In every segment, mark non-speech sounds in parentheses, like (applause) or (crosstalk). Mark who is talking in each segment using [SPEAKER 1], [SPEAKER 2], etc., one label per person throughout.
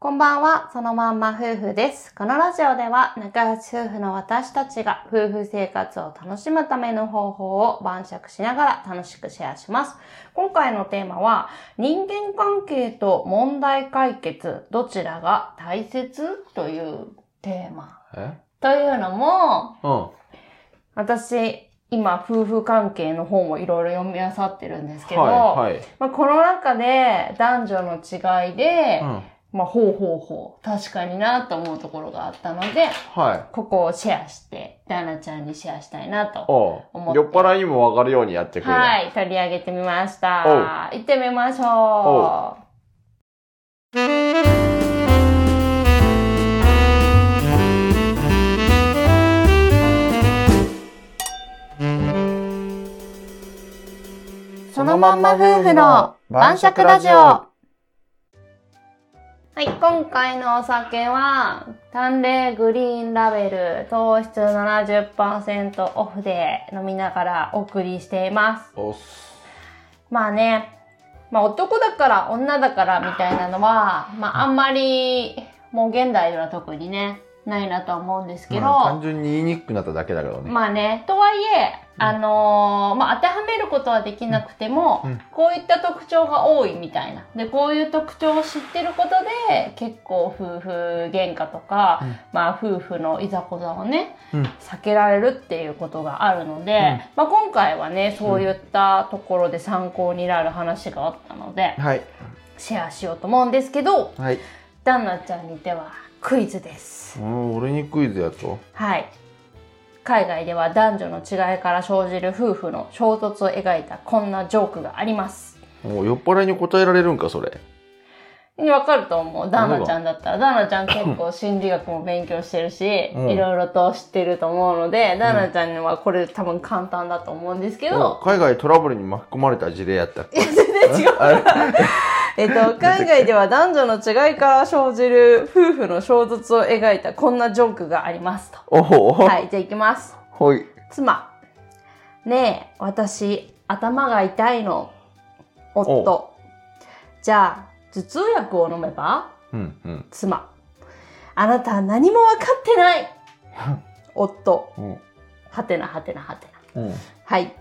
[SPEAKER 1] こんばんは、そのまんま夫婦です。このラジオでは、仲良し夫婦の私たちが夫婦生活を楽しむための方法を晩酌しながら楽しくシェアします。今回のテーマは、人間関係と問題解決、どちらが大切というテーマ。
[SPEAKER 2] え
[SPEAKER 1] というのも、
[SPEAKER 2] うん。
[SPEAKER 1] 私、今、夫婦関係の本をいろいろ読み漁ってるんですけど、
[SPEAKER 2] はい、はい。
[SPEAKER 1] まあ、この中で男女の違いで、
[SPEAKER 2] うん。
[SPEAKER 1] まあ、ほうほうほう、確かになと思うところがあったので、
[SPEAKER 2] はい。
[SPEAKER 1] ここをシェアして、ダナちゃんにシェアしたいなと。
[SPEAKER 2] お
[SPEAKER 1] 思っ
[SPEAKER 2] う
[SPEAKER 1] て
[SPEAKER 2] 酔っ払いにも分かるようにやってくれる。
[SPEAKER 1] はい、取り上げてみました。
[SPEAKER 2] おう
[SPEAKER 1] 行ってみましょう。そのまんま夫婦の晩酌ラジオ。はい、今回のお酒は、淡麗グリーンラベル糖質70%オフで飲みながらお送りしています。
[SPEAKER 2] おっす。
[SPEAKER 1] まあね、まあ男だから女だからみたいなのは、まああんまり、もう現代では特にね、ないなとは思うんですけど、
[SPEAKER 2] まあ単純に言いにくくなっただけだけどね。
[SPEAKER 1] まあね、とはいえ、
[SPEAKER 2] うん
[SPEAKER 1] あのーまあ、当てはめることはできなくても、
[SPEAKER 2] うん
[SPEAKER 1] こういった特徴が多いみたいな。で、こういう特徴を知ってることで、結構夫婦喧嘩とか、
[SPEAKER 2] うん
[SPEAKER 1] まあ、夫婦のいざこざをね、
[SPEAKER 2] うん
[SPEAKER 1] 避けられるっていうことがあるので、
[SPEAKER 2] ん
[SPEAKER 1] まあ、今回はね、そういったところで参考になる話があったので、
[SPEAKER 2] はい。
[SPEAKER 1] シェアしようと思うんですけど、
[SPEAKER 2] はい。
[SPEAKER 1] 旦那ちゃんにではクイズです。
[SPEAKER 2] うん、俺にクイズやっと。
[SPEAKER 1] はい。海外では男女の違いから生じる夫婦の衝突を描いたこんなジョークがあります。
[SPEAKER 2] もう酔っ払いに答えられるんか、それ。
[SPEAKER 1] わかると思う。ダーナちゃんだったら。ダーナちゃん結構心理学も勉強してるし、
[SPEAKER 2] うん
[SPEAKER 1] いろいろと知ってると思うので、ダーナちゃんはこれ多分簡単だと思うんですけ
[SPEAKER 2] お
[SPEAKER 1] ど、
[SPEAKER 2] 海外トラブルに巻き込まれた事例やったっけ。
[SPEAKER 1] 全然違う。
[SPEAKER 2] あれ (laughs)
[SPEAKER 1] えっと、海外では男女の違いから生じる夫婦の衝突を描いたこんなジョークがありますと。
[SPEAKER 2] おほおほ。
[SPEAKER 1] はい、じゃあ行きます。
[SPEAKER 2] ほい。
[SPEAKER 1] 妻。ねえ、私、頭が痛いの。夫。じゃあ、頭痛薬を飲めば
[SPEAKER 2] うんうん。
[SPEAKER 1] 妻。あなた何も分かってない夫。
[SPEAKER 2] うん。
[SPEAKER 1] はてなはてなはてな。
[SPEAKER 2] うん。
[SPEAKER 1] はい。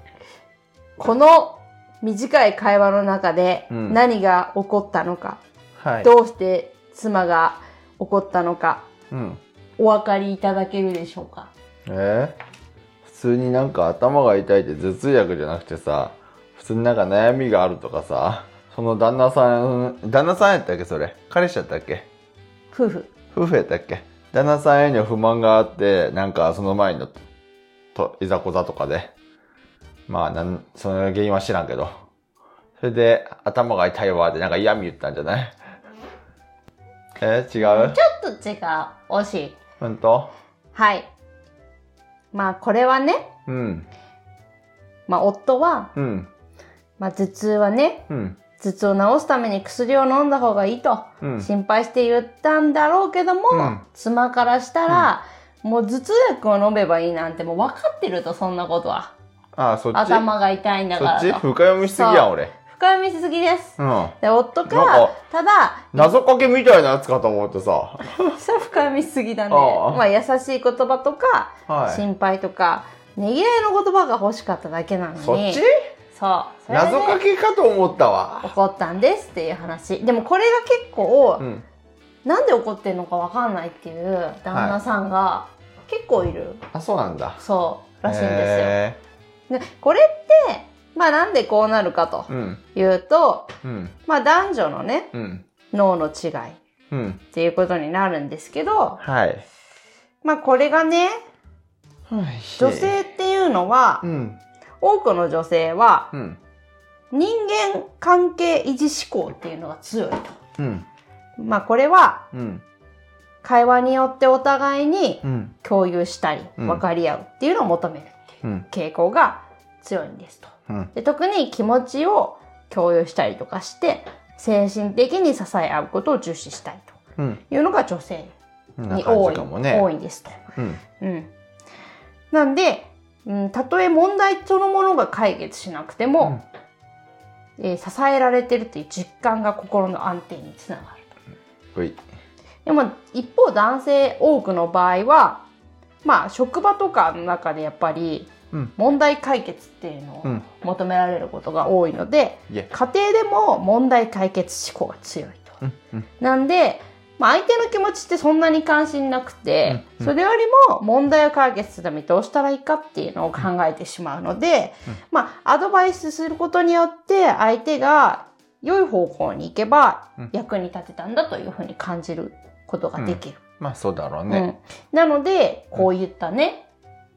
[SPEAKER 1] この短い会話の中で
[SPEAKER 2] うん
[SPEAKER 1] 何が起こったのか、
[SPEAKER 2] はい。
[SPEAKER 1] どうして妻が怒ったのか、
[SPEAKER 2] うん。
[SPEAKER 1] お分かりいただけるでしょうか
[SPEAKER 2] えー普通になんか頭が痛いって頭痛薬じゃなくてさ普通になんか悩みがあるとかさその旦那さん旦那さんやったっけそれ彼氏やったっけ
[SPEAKER 1] 夫婦。
[SPEAKER 2] 夫婦やったっけ旦那さんへの不満があってなんかその前のといざこざとかでまあなんその原因は知らんけどそれで頭が痛いわってなんか嫌み言ったんじゃないえ違う
[SPEAKER 1] ちょっと違う。惜しい。
[SPEAKER 2] 本当
[SPEAKER 1] はい。まあこれはね、
[SPEAKER 2] うん
[SPEAKER 1] まあ夫は、
[SPEAKER 2] うん
[SPEAKER 1] まあ頭痛はね、
[SPEAKER 2] うん
[SPEAKER 1] 頭痛を治すために薬を飲んだ方がいいと
[SPEAKER 2] うん
[SPEAKER 1] 心配して言ったんだろうけども、
[SPEAKER 2] うん
[SPEAKER 1] 妻からしたら、もう頭痛薬を飲めばいいなんてもう分かってると、そんなことは。
[SPEAKER 2] ああそっち
[SPEAKER 1] 頭が痛いんだ
[SPEAKER 2] そ
[SPEAKER 1] か
[SPEAKER 2] っち
[SPEAKER 1] らと。
[SPEAKER 2] 深読みしすぎやん俺
[SPEAKER 1] 深読みしすぎです。
[SPEAKER 2] うん
[SPEAKER 1] で夫か
[SPEAKER 2] な
[SPEAKER 1] ら
[SPEAKER 2] んか、
[SPEAKER 1] ただ、
[SPEAKER 2] 謎かけみたいなやつかと思ってさ
[SPEAKER 1] それ深読みしすぎだね。
[SPEAKER 2] ああ
[SPEAKER 1] まあ優しい言葉とか、
[SPEAKER 2] はい
[SPEAKER 1] 心配とか、ねぎらいの言葉が欲しかっただけなのに。
[SPEAKER 2] そっち
[SPEAKER 1] そう。それで
[SPEAKER 2] 謎かけかと思ったわ
[SPEAKER 1] 怒ったんですっていう話でもこれが結構、
[SPEAKER 2] うん
[SPEAKER 1] なんで怒ってんのかわかんないっていう旦那さんが結構いる、
[SPEAKER 2] あそうなんだ
[SPEAKER 1] そうらしいんで
[SPEAKER 2] へ
[SPEAKER 1] すよ、でこれってまあなんでこうなるかと
[SPEAKER 2] えうん
[SPEAKER 1] いうと、
[SPEAKER 2] うん
[SPEAKER 1] まあ男女のね
[SPEAKER 2] うん
[SPEAKER 1] 脳の違いっ
[SPEAKER 2] うん
[SPEAKER 1] ていうことになるんですけど
[SPEAKER 2] はい
[SPEAKER 1] まあこれがね
[SPEAKER 2] はい
[SPEAKER 1] 女性っていうのは、
[SPEAKER 2] うん
[SPEAKER 1] 多くの女性は
[SPEAKER 2] うん
[SPEAKER 1] 人間関係維持思考っていうのが強いと。
[SPEAKER 2] うん
[SPEAKER 1] まあこれは
[SPEAKER 2] うん
[SPEAKER 1] 会話によってお互いに
[SPEAKER 2] うん
[SPEAKER 1] 共有したり
[SPEAKER 2] うん
[SPEAKER 1] 分かり合うっていうのを求める
[SPEAKER 2] うん
[SPEAKER 1] 傾向が強いんですと。
[SPEAKER 2] うん
[SPEAKER 1] で特に気持ちを共有したりとかして精神的に支え合うことを重視したい
[SPEAKER 2] うん
[SPEAKER 1] というのが女性
[SPEAKER 2] うんな
[SPEAKER 1] に
[SPEAKER 2] 感
[SPEAKER 1] 多
[SPEAKER 2] じ
[SPEAKER 1] い,、
[SPEAKER 2] かもね
[SPEAKER 1] 多いんですと。
[SPEAKER 2] うん
[SPEAKER 1] うん、なんで、うん、たとえ問題そのものが解決しなくても、えー支えられてるという実感が心の安定につながる
[SPEAKER 2] ほい
[SPEAKER 1] でも一方男性多くの場合はまあ職場とかの中でやっぱり
[SPEAKER 2] うん
[SPEAKER 1] 問題解決っていうの
[SPEAKER 2] う
[SPEAKER 1] を
[SPEAKER 2] ん
[SPEAKER 1] 求められることが多いので、
[SPEAKER 2] いえ
[SPEAKER 1] 家庭でも問題解決思考が強いと。
[SPEAKER 2] うんうん
[SPEAKER 1] なんで、まあ、相手の気持ちってそんなに関心なくて、
[SPEAKER 2] うんう
[SPEAKER 1] そ
[SPEAKER 2] ん
[SPEAKER 1] れよりも問題を解決するためにどうしたらいいかっていうのを考えてしまうので、
[SPEAKER 2] うん
[SPEAKER 1] まあ、アドバイスすることによって相手が良い方向に行けば
[SPEAKER 2] うん
[SPEAKER 1] 役に立てたんだというふうに感じることができる。
[SPEAKER 2] まあそうだろうね。
[SPEAKER 1] うん、なのでこういったね、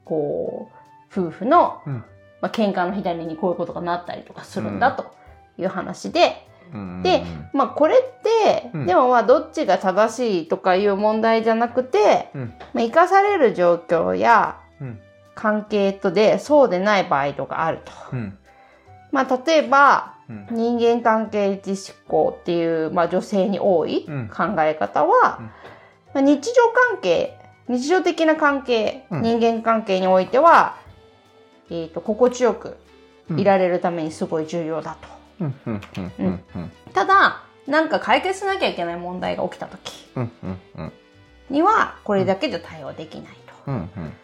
[SPEAKER 1] こう夫婦の、
[SPEAKER 2] うん
[SPEAKER 1] まあ喧嘩の左にこういうことがなったりとかするんだという話で、
[SPEAKER 2] うん
[SPEAKER 1] でまあこれって、
[SPEAKER 2] うん
[SPEAKER 1] でもまあどっちが正しいとかいう問題じゃなくて、
[SPEAKER 2] うん
[SPEAKER 1] まあ、生かされる状況や
[SPEAKER 2] うん
[SPEAKER 1] 関係とでそうでない場合とかあると。
[SPEAKER 2] うん
[SPEAKER 1] まあ、例えば
[SPEAKER 2] うん
[SPEAKER 1] 人間関係実行っていう、まあ、女性に多い
[SPEAKER 2] うん
[SPEAKER 1] 考え方は、
[SPEAKER 2] うん
[SPEAKER 1] まあ、日常関係日常的な関係、
[SPEAKER 2] うん
[SPEAKER 1] 人間関係においては、えー、と心地よく
[SPEAKER 2] うん
[SPEAKER 1] いられるためにすごい重要だと。
[SPEAKER 2] うんうんうんうんうん
[SPEAKER 1] ただなんか解決しなきゃいけない問題が起きた時
[SPEAKER 2] うんうんうん
[SPEAKER 1] にはこれだけじゃ対応できないと。
[SPEAKER 2] うんうん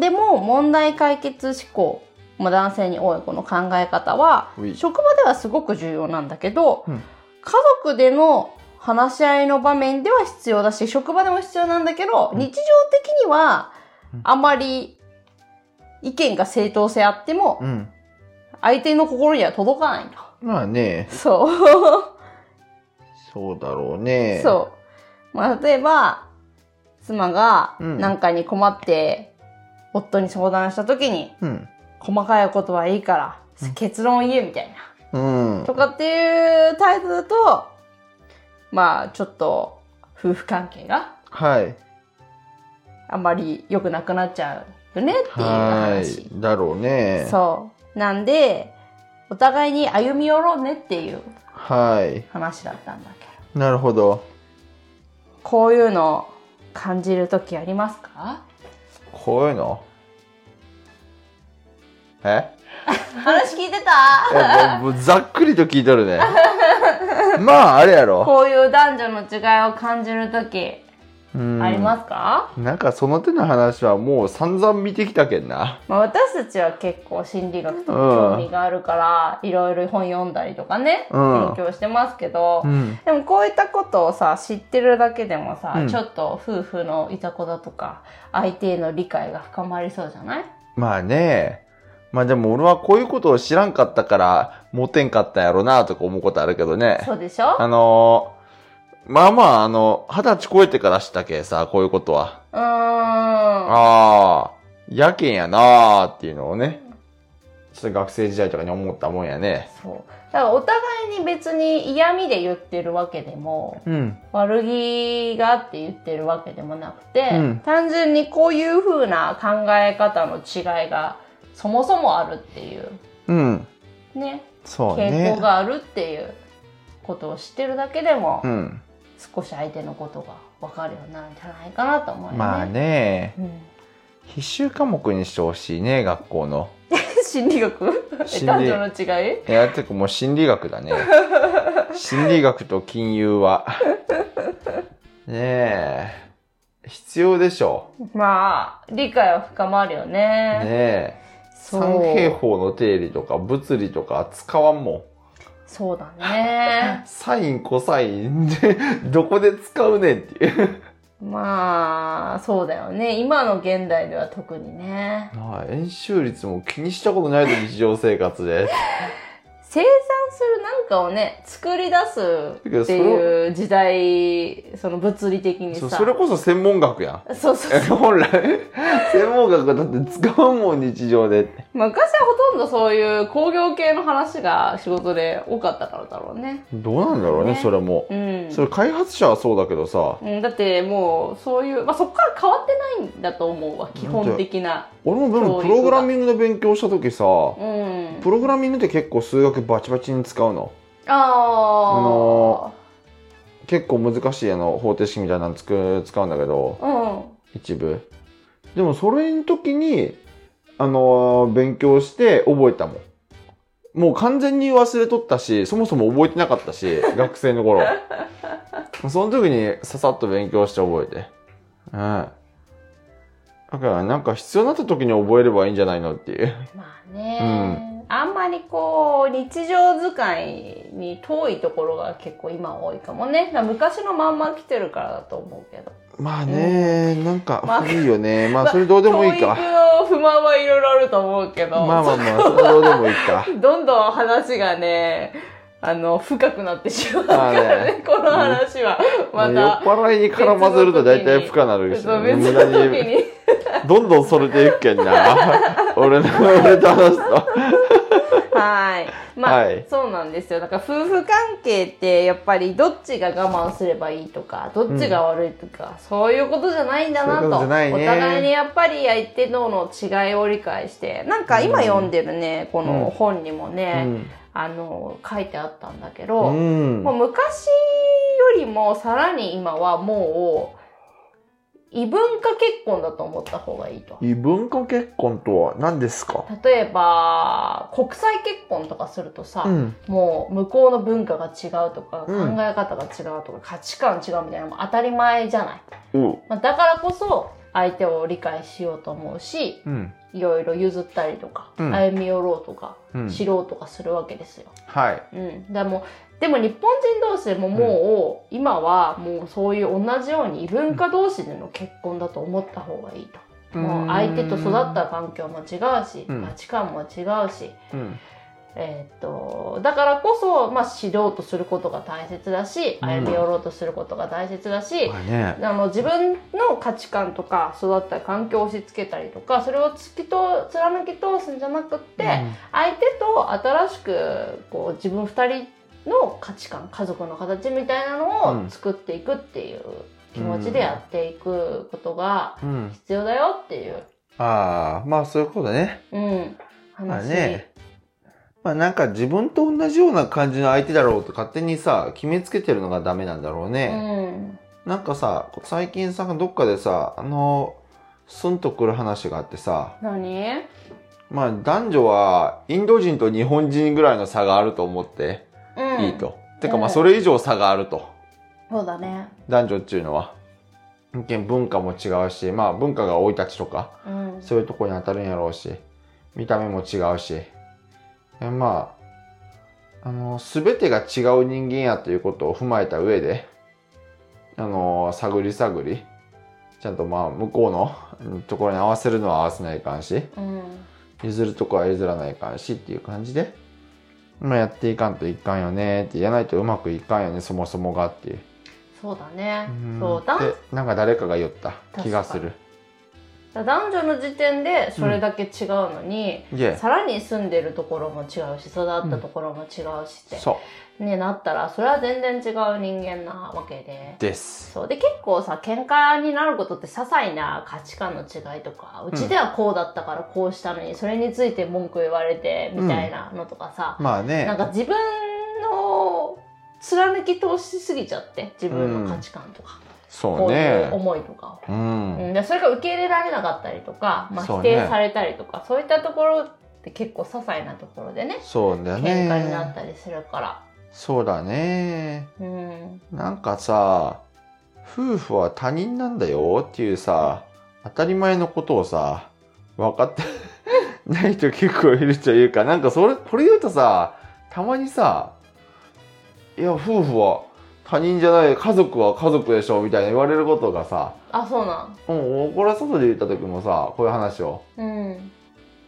[SPEAKER 1] でも問題解決思考、まあ、男性に多いこの考え方は
[SPEAKER 2] うい
[SPEAKER 1] 職場ではすごく重要なんだけど、
[SPEAKER 2] うん
[SPEAKER 1] 家族での話し合いの場面では必要だし職場でも必要なんだけど、
[SPEAKER 2] うん
[SPEAKER 1] 日常的には
[SPEAKER 2] うん
[SPEAKER 1] あまり意見が正当性あっても、
[SPEAKER 2] うん
[SPEAKER 1] 相手の心には届かないと。
[SPEAKER 2] まあね
[SPEAKER 1] そう。
[SPEAKER 2] そうだろうね
[SPEAKER 1] そう。まあ、例えば、妻が
[SPEAKER 2] うん
[SPEAKER 1] 何かに困って、夫に相談した時に、
[SPEAKER 2] うん
[SPEAKER 1] 細かいことはいいから、
[SPEAKER 2] うん
[SPEAKER 1] 結論を言えみたいな。
[SPEAKER 2] うん
[SPEAKER 1] とかっていう態度だと、まあ、ちょっと、夫婦関係が
[SPEAKER 2] はい
[SPEAKER 1] あんまり良くなくなっちゃうよねっていう
[SPEAKER 2] は
[SPEAKER 1] 話。
[SPEAKER 2] いだろうね
[SPEAKER 1] そう。なんで、お互いに歩み寄ろうねっていう
[SPEAKER 2] はい
[SPEAKER 1] 話だったんだけど。
[SPEAKER 2] なるほど
[SPEAKER 1] こういうの感じる時あります
[SPEAKER 2] (laughs)
[SPEAKER 1] か
[SPEAKER 2] こういうのえ
[SPEAKER 1] 話聞いてた
[SPEAKER 2] えもうもうざっくりと聞いと
[SPEAKER 1] (laughs)
[SPEAKER 2] るねまああれやろ
[SPEAKER 1] こういう男女の違いを感じるとき、あ
[SPEAKER 2] あ
[SPEAKER 1] りますか、
[SPEAKER 2] なんかその手の話はもう散々見てきたけんな
[SPEAKER 1] まあ、私たちは結構心理学とか興味があるから、いろいろ本読んだりとかね、
[SPEAKER 2] うん
[SPEAKER 1] 勉強してますけど、
[SPEAKER 2] うん
[SPEAKER 1] でもこういったことをさ、知ってるだけでもさ、
[SPEAKER 2] うん
[SPEAKER 1] ちょっと夫婦のいざこだとか、相手への理解が深まりそうじゃない
[SPEAKER 2] まあね。まあでも俺はこういうことを知らんかったから、モテんかったんやろなとか思うことあるけどね。
[SPEAKER 1] そうでしょ
[SPEAKER 2] あのーまあまあ、あの、二十歳超えてからしたけさ、こういうことは。
[SPEAKER 1] うーん。
[SPEAKER 2] ああ、やけんやなあっていうのをね、ちょっと学生時代とかに思ったもんやね。
[SPEAKER 1] そう。だからお互いに別に嫌味で言ってるわけでも、
[SPEAKER 2] うん。
[SPEAKER 1] 悪気があって言ってるわけでもなくて、
[SPEAKER 2] うん
[SPEAKER 1] 単純にこういう風な考え方の違いがそもそもあるっていう
[SPEAKER 2] うん。
[SPEAKER 1] ね
[SPEAKER 2] そう
[SPEAKER 1] 傾
[SPEAKER 2] ね
[SPEAKER 1] 向。があるっていうことを知ってるだけでも、
[SPEAKER 2] うん。
[SPEAKER 1] 少し相手のことが分かるようになるんじゃないかなと思い
[SPEAKER 2] まあ
[SPEAKER 1] ね。
[SPEAKER 2] ね、
[SPEAKER 1] うん、 (laughs)
[SPEAKER 2] 必修科目にしてほしいね、学校の。
[SPEAKER 1] 心理学
[SPEAKER 2] 理
[SPEAKER 1] 男女の違い
[SPEAKER 2] いや、てかもう心理学だ (laughs) ね。心理学と金融 (laughs) は。ねえ。必要でしょ。
[SPEAKER 1] まあ理解は深まるよね。
[SPEAKER 2] ねえ。
[SPEAKER 1] そう
[SPEAKER 2] 三平方の定理とか物理とか使わんもん。
[SPEAKER 1] そうだね。
[SPEAKER 2] サイン、コサインで、 (laughs) どこで使うねんって (laughs) いう。
[SPEAKER 1] まあそうだよね今の現代では特にね
[SPEAKER 2] まあ、円周率も気にしたことないと日常生活で。
[SPEAKER 1] 生産するなんかをね作り出すっていう時代その物理的に
[SPEAKER 2] そ
[SPEAKER 1] さ
[SPEAKER 2] うそれこそ専門学やん。
[SPEAKER 1] そうそう
[SPEAKER 2] (laughs)
[SPEAKER 1] そ
[SPEAKER 2] 本来、専門学だって使うもん、日常で。
[SPEAKER 1] うまあ昔はほとんどそういう工業系の話が仕事で多かったからだろうね
[SPEAKER 2] どうなんだろう
[SPEAKER 1] ね
[SPEAKER 2] ね、それも。
[SPEAKER 1] うん
[SPEAKER 2] それ開発者はそうだけどさ、
[SPEAKER 1] うん、だってもうそういう、まあ、そこから変わってないんだと思うわ基本的な
[SPEAKER 2] 俺もでも
[SPEAKER 1] 教育が
[SPEAKER 2] プログラミングの勉強した時さ
[SPEAKER 1] うん
[SPEAKER 2] プログラミングって結構数学バチバチに使うの
[SPEAKER 1] ああ
[SPEAKER 2] の結構難しいあの方程式みたいなのつく使うんだけど
[SPEAKER 1] う
[SPEAKER 2] 一部でもそれの時にあのー勉強して覚えたもんもう完全に忘れとったし、そもそも覚えてなかった
[SPEAKER 1] (laughs)
[SPEAKER 2] し、学生の頃。その時にささっと勉強して覚えて。うん。だからなんか必要になった時に覚えればいいんじゃないのっ
[SPEAKER 1] (laughs)
[SPEAKER 2] ていう。
[SPEAKER 1] まあね、あんまりこう日常使いに遠いところが結構今多いかもねだから昔のまんま来てるからだと思うけど
[SPEAKER 2] まあね、なん
[SPEAKER 1] まあ
[SPEAKER 2] か古いよね。まあそれどうでもいいか。
[SPEAKER 1] 教育の不満はいろいろあると思うけど、
[SPEAKER 2] まあまあまあ、それどうでもいいか。
[SPEAKER 1] (laughs) どんどん話がねあの深くなってしまうからね
[SPEAKER 2] まあね
[SPEAKER 1] この話は (laughs) ま
[SPEAKER 2] 酔った払いに絡ませると大体深なるし、
[SPEAKER 1] 別の
[SPEAKER 2] 無駄
[SPEAKER 1] 時
[SPEAKER 2] に
[SPEAKER 1] に
[SPEAKER 2] どんどんそれていくけん (laughs) な。俺の、俺と話すと。
[SPEAKER 1] はい。まあ、
[SPEAKER 2] はい
[SPEAKER 1] そうなんですよ。だから夫婦関係ってやっぱりどっちが我慢すればいいとか、どっちが悪いとか、そういうことじゃないんだな
[SPEAKER 2] そういうこと
[SPEAKER 1] と。
[SPEAKER 2] じゃないね
[SPEAKER 1] お互いにやっぱり相手との違いを理解して、なんか今読んでるね、この本にも
[SPEAKER 2] う
[SPEAKER 1] ね、
[SPEAKER 2] ん。
[SPEAKER 1] あの、書いてあったんだけ
[SPEAKER 2] う
[SPEAKER 1] ど、
[SPEAKER 2] ん
[SPEAKER 1] もう昔よりもさらに今はもう、異文化結婚だと思った方がいいと。
[SPEAKER 2] 異文化結婚とは何ですか
[SPEAKER 1] 例えば、国際結婚とかするとさ、
[SPEAKER 2] うん。
[SPEAKER 1] もう向こうの文化が違うとか考
[SPEAKER 2] うん
[SPEAKER 1] え方が違うとか価値観違うみたいなのも当たり前じゃない、
[SPEAKER 2] うん。
[SPEAKER 1] まあ、だからこそ相手を理解しようと思うし
[SPEAKER 2] うん。
[SPEAKER 1] いろいろ譲ったりとか、
[SPEAKER 2] うん
[SPEAKER 1] 歩み寄ろうとか、
[SPEAKER 2] うん。
[SPEAKER 1] 知ろうとかするわけですよ、
[SPEAKER 2] はい。
[SPEAKER 1] うん、だからもうでも日本人同士でももう、今はもうそういう同じように異文化同士での結婚だと思った方がいいと、もう相手と育った環境も違うし、
[SPEAKER 2] うん
[SPEAKER 1] 価値観も違うし、
[SPEAKER 2] うん。
[SPEAKER 1] えーっとだからこそ、まあ、知ろうとすることが大切だし
[SPEAKER 2] うん
[SPEAKER 1] 歩み寄ろうとすることが大切だし、
[SPEAKER 2] まあね。
[SPEAKER 1] あの自分の価値観とか育った環境を押し付けたりとかそれを突きと貫き通すんじゃなくって、相手と新しくこう自分二人の価値観家族の形みたいなの
[SPEAKER 2] う
[SPEAKER 1] を
[SPEAKER 2] ん
[SPEAKER 1] 作っていくっていう気持ちでやっていくことが
[SPEAKER 2] うん。うん。
[SPEAKER 1] 必要だよっていう、
[SPEAKER 2] ああ、まあそういうことね。
[SPEAKER 1] うん、
[SPEAKER 2] まあ
[SPEAKER 1] 話、
[SPEAKER 2] ね。まあなんか自分と同じような感じの相手だろうと勝手にさ、決めつけてるのがダメなんだろう
[SPEAKER 1] う
[SPEAKER 2] ね。
[SPEAKER 1] ん
[SPEAKER 2] なんかさ、最近さ、どっかでさ、あの、スンとくる話があってさ、
[SPEAKER 1] 何
[SPEAKER 2] まあ男女はインド人と日本人ぐらいの差があると思って
[SPEAKER 1] うん
[SPEAKER 2] いいと。てか
[SPEAKER 1] う
[SPEAKER 2] まあ
[SPEAKER 1] ん
[SPEAKER 2] それ以上差があると。
[SPEAKER 1] そうだね。
[SPEAKER 2] 男女っていうのは。けん文化も違うし、まあ文化が生い立ちとか、
[SPEAKER 1] うん。
[SPEAKER 2] そういうとこに当たるんやろうし、見た目も違うし、えまあ、あの、すべてが違う人間やということを踏まえた上で、あの、探り探り、ちゃんとまあ、向こうのうんところに合わせるのは合わせないかんし、
[SPEAKER 1] うん。
[SPEAKER 2] 譲るとこは譲らないかんしっていう感じで、まあやっていかんといかんよねって、やないとうまくいかんよね、そもそもがっていう。
[SPEAKER 1] そうだね。
[SPEAKER 2] ん
[SPEAKER 1] そうだ
[SPEAKER 2] でなんか誰かが言った気がする。
[SPEAKER 1] 男女の時点でそれだけ違うのに、
[SPEAKER 2] いえ、
[SPEAKER 1] さらに住んでるところも違うし、育ったところも違うしって、
[SPEAKER 2] そ
[SPEAKER 1] ね、なったら、それは全然違う人間なわけで
[SPEAKER 2] う。です。
[SPEAKER 1] そうで結構さ喧嘩になることって些細な価値観の違いとかうちではこうだったからこうしたのに、それについて文句言われてみたいなのとかさ、
[SPEAKER 2] まあね。
[SPEAKER 1] なんか自分の貫き通しすぎちゃって自分の価値観とか、こ
[SPEAKER 2] そう
[SPEAKER 1] ういう
[SPEAKER 2] ね。
[SPEAKER 1] 思いとかを
[SPEAKER 2] う。
[SPEAKER 1] うんん、でそれが受け入れられなかったりとか、まあ、否
[SPEAKER 2] そうね
[SPEAKER 1] 定されたりとかそう,、いったところって結構些細なところでね
[SPEAKER 2] そうだ
[SPEAKER 1] 喧嘩になっ
[SPEAKER 2] ね。
[SPEAKER 1] たりするか
[SPEAKER 2] そうだね。
[SPEAKER 1] ら、うん、
[SPEAKER 2] なんかさ、夫婦は他人なんだよっていうさ、当たり前のことをさ、分かって (laughs) ない人結構いるというか、なんかそれ、これ言うとさ、たまにさ、いや、夫婦は他人じゃない、家族は家族でしょみたいな言われることがさ、
[SPEAKER 1] あそうなん
[SPEAKER 2] うん、これは外で言った時もさ、こういう話を、
[SPEAKER 1] うん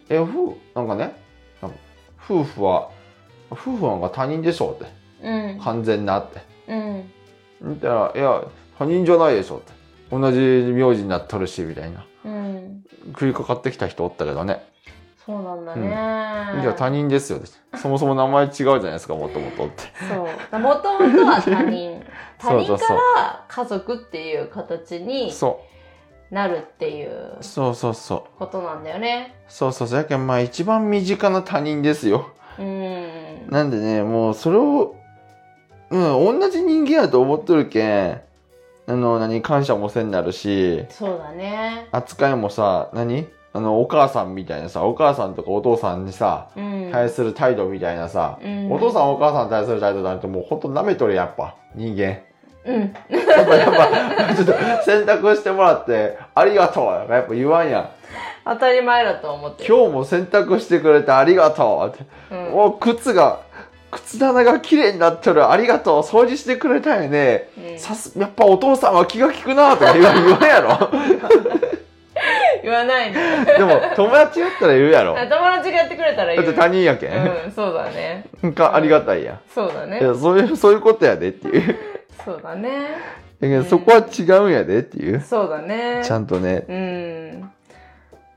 [SPEAKER 2] え、夫なんかね、なんか夫婦は、夫婦なんか他人でしょって。
[SPEAKER 1] うん
[SPEAKER 2] 完全なって。
[SPEAKER 1] うん
[SPEAKER 2] 見たら、いや、他人じゃないでしょって。同じ名字になっとるし、みたいな。
[SPEAKER 1] うん
[SPEAKER 2] 食いかかってきた人おったけどね。
[SPEAKER 1] そうなんだ
[SPEAKER 2] うん
[SPEAKER 1] ね、
[SPEAKER 2] じゃあ他人ですよって。そもそも名前違うじゃないですか、もともとって。
[SPEAKER 1] そうもともとは他人他
[SPEAKER 2] (laughs) そうそ
[SPEAKER 1] 人
[SPEAKER 2] うそう
[SPEAKER 1] から家族っていう形に
[SPEAKER 2] そ
[SPEAKER 1] なるっていう
[SPEAKER 2] う。そうそうそう。
[SPEAKER 1] ことなんだよね
[SPEAKER 2] そうそうそう。やけん、まあ一番身近な他人ですよ。
[SPEAKER 1] うん
[SPEAKER 2] なんでね、もうそれを、うん、同じ人間やと思っとるけん、あの、何、感謝もせんなるし、
[SPEAKER 1] そうだね
[SPEAKER 2] 扱いもさ何あの、お母さんみたいなさ、お母さんとかお父さんにさ、
[SPEAKER 1] うん。
[SPEAKER 2] 対する態度みたいなさ、
[SPEAKER 1] うん
[SPEAKER 2] お父さんお母さんに対する態度なんてもうほんと舐めとるやっぱ、人間。
[SPEAKER 1] うん。
[SPEAKER 2] やっぱやっぱ、 (laughs) ちょっと選択してもらって、ありがとうとかやっぱ言わんやん。
[SPEAKER 1] 当たり前だと思ってる。
[SPEAKER 2] 今日も選択してくれてありがとうって。
[SPEAKER 1] うん。
[SPEAKER 2] お靴が靴棚が綺麗になっとるありがとう掃除してくれたよね、
[SPEAKER 1] うん
[SPEAKER 2] さすやっぱお父さんは気が利くなとか言わ言わんやろ
[SPEAKER 1] (laughs) 言わない
[SPEAKER 2] (laughs)
[SPEAKER 1] ね。
[SPEAKER 2] でも友達やったら言うやろ
[SPEAKER 1] あ友達がやってくれたら
[SPEAKER 2] だ
[SPEAKER 1] 言
[SPEAKER 2] っ
[SPEAKER 1] う
[SPEAKER 2] て他人やけん、
[SPEAKER 1] うん、そうだね。
[SPEAKER 2] がありがたいや
[SPEAKER 1] そうだ
[SPEAKER 2] ん
[SPEAKER 1] ね
[SPEAKER 2] い。やそういうそういうことやでっていうだ
[SPEAKER 1] そうだね。
[SPEAKER 2] けどそこは違うんやでっていう
[SPEAKER 1] そうだね。
[SPEAKER 2] ちゃんとね
[SPEAKER 1] うん。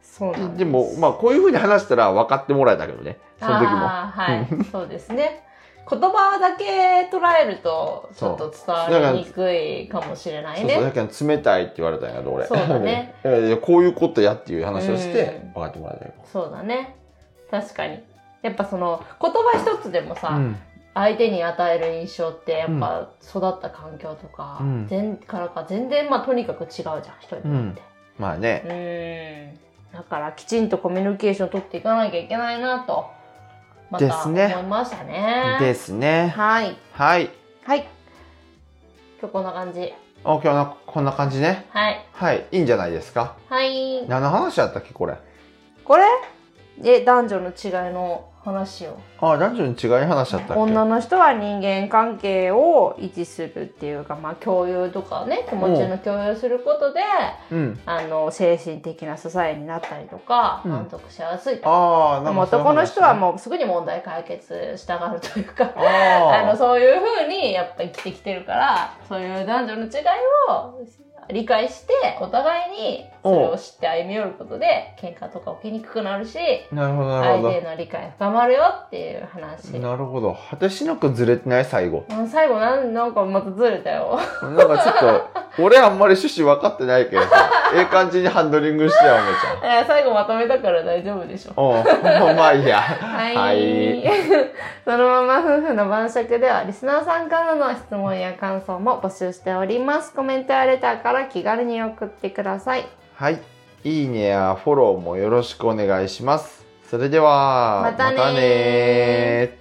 [SPEAKER 1] そうなん
[SPEAKER 2] でもまあこういうふうに話したら分かってもらえたけどねその時も
[SPEAKER 1] あーはい。そうですね。言葉だけ捉えると、ちょっと伝わりにくいかもしれない
[SPEAKER 2] そうそう
[SPEAKER 1] ね。
[SPEAKER 2] だけど冷たいって言われたんやろ俺
[SPEAKER 1] そうだね
[SPEAKER 2] いやいや (laughs) こういうことやっていう話をして
[SPEAKER 1] うん
[SPEAKER 2] 分かってもらえたよ、
[SPEAKER 1] そうだね。確かに。やっぱその、言葉一つでもさ、
[SPEAKER 2] うん
[SPEAKER 1] 相手に与える印象ってやっぱ育った環境とか、
[SPEAKER 2] うん
[SPEAKER 1] 全からか全然まあとにかく違うじゃん一人によって
[SPEAKER 2] まあね
[SPEAKER 1] うんだからきちんとコミュニケーション取っていかなきゃいけないなとまた
[SPEAKER 2] です
[SPEAKER 1] 思
[SPEAKER 2] ね
[SPEAKER 1] いましたね
[SPEAKER 2] ですね
[SPEAKER 1] はい
[SPEAKER 2] はい。
[SPEAKER 1] はい今日こんな感じ
[SPEAKER 2] あ、今日なこんな感じね。
[SPEAKER 1] はい
[SPEAKER 2] はい。いいんじゃないですか。
[SPEAKER 1] はい
[SPEAKER 2] 何の話やったっけ、これ。
[SPEAKER 1] これで男女の違いの話を
[SPEAKER 2] あ、男女に違い話やったっけ。
[SPEAKER 1] 女の人は人間関係を維持するっていうか、まあ、共有とかね気持ちの共有することで、
[SPEAKER 2] うん。
[SPEAKER 1] あの精神的な支えになったりとか
[SPEAKER 2] うん
[SPEAKER 1] 満足しやすいとか、
[SPEAKER 2] ああ、
[SPEAKER 1] で
[SPEAKER 2] なん
[SPEAKER 1] も
[SPEAKER 2] かそういう話
[SPEAKER 1] 男の人はもうすぐに問題解決したがるというか
[SPEAKER 2] ああ
[SPEAKER 1] あのそういうふうにやっぱ生きてきてるからそういう男女の違いを理解してお互いにそれを知って歩み寄ることで喧嘩とか起きにくくなるし
[SPEAKER 2] なるほど、なる
[SPEAKER 1] 相
[SPEAKER 2] ほ
[SPEAKER 1] 手への理解深まるよっていう話
[SPEAKER 2] ど。。なるほど。果てしなくずれてない、最後。
[SPEAKER 1] もう最後なんなんかまたずれたよ。 (laughs)
[SPEAKER 2] なんかちょっと、俺あんまり趣旨分かってないけどさ、ええ感じにハンドリングしてよ、おめちゃん。
[SPEAKER 1] いや最後まとめたから大丈夫でしょ。
[SPEAKER 2] おうまあいいや。
[SPEAKER 1] はい。
[SPEAKER 2] はい。
[SPEAKER 1] (laughs) そのまま夫婦の晩酌では、リスナーさんからの質問や感想も募集しております。コメントやレターから気軽に送ってください。
[SPEAKER 2] はい。いいねやフォローもよろしくお願いします。それでは、
[SPEAKER 1] またねー
[SPEAKER 2] またねー